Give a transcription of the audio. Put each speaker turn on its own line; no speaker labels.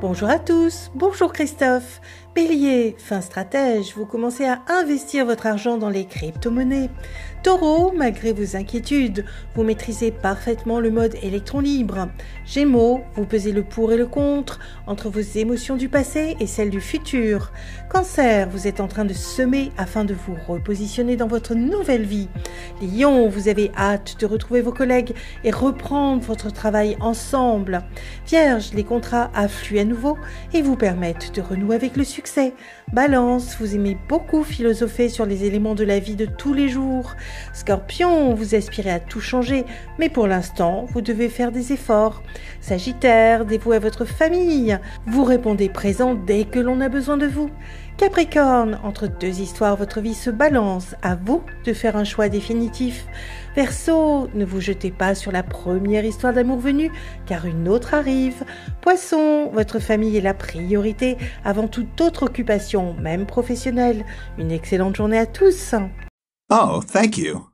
Bonjour à tous, bonjour Christophe. Bélier, fin stratège, vous commencez à investir votre argent dans les crypto-monnaies. Taureau, malgré vos inquiétudes, vous maîtrisez parfaitement le mode électron libre. Gémeaux, vous pesez le pour et le contre entre vos émotions du passé et celles du futur. Cancer, vous êtes en train de semer afin de vous repositionner dans votre nouvelle vie. Lion, vous avez hâte de retrouver vos collègues et reprendre votre travail ensemble. Vierge, les contrats affluent à nouveau et vous permettent de renouer avec le succès. Balance, vous aimez beaucoup philosopher sur les éléments de la vie de tous les jours. Scorpion, vous aspirez à tout changer, mais pour l'instant, vous devez faire des efforts. Sagittaire, dévoué à votre famille, vous répondez présent dès que l'on a besoin de vous. Capricorne, entre deux histoires, votre vie se balance, à vous de faire un choix définitif. Verseau, ne vous jetez pas sur la première histoire d'amour venue, car une autre arrive. Poisson, votre famille est la priorité avant toute autre occupation, même professionnelle. Une excellente journée à tous.
Oh, thank you.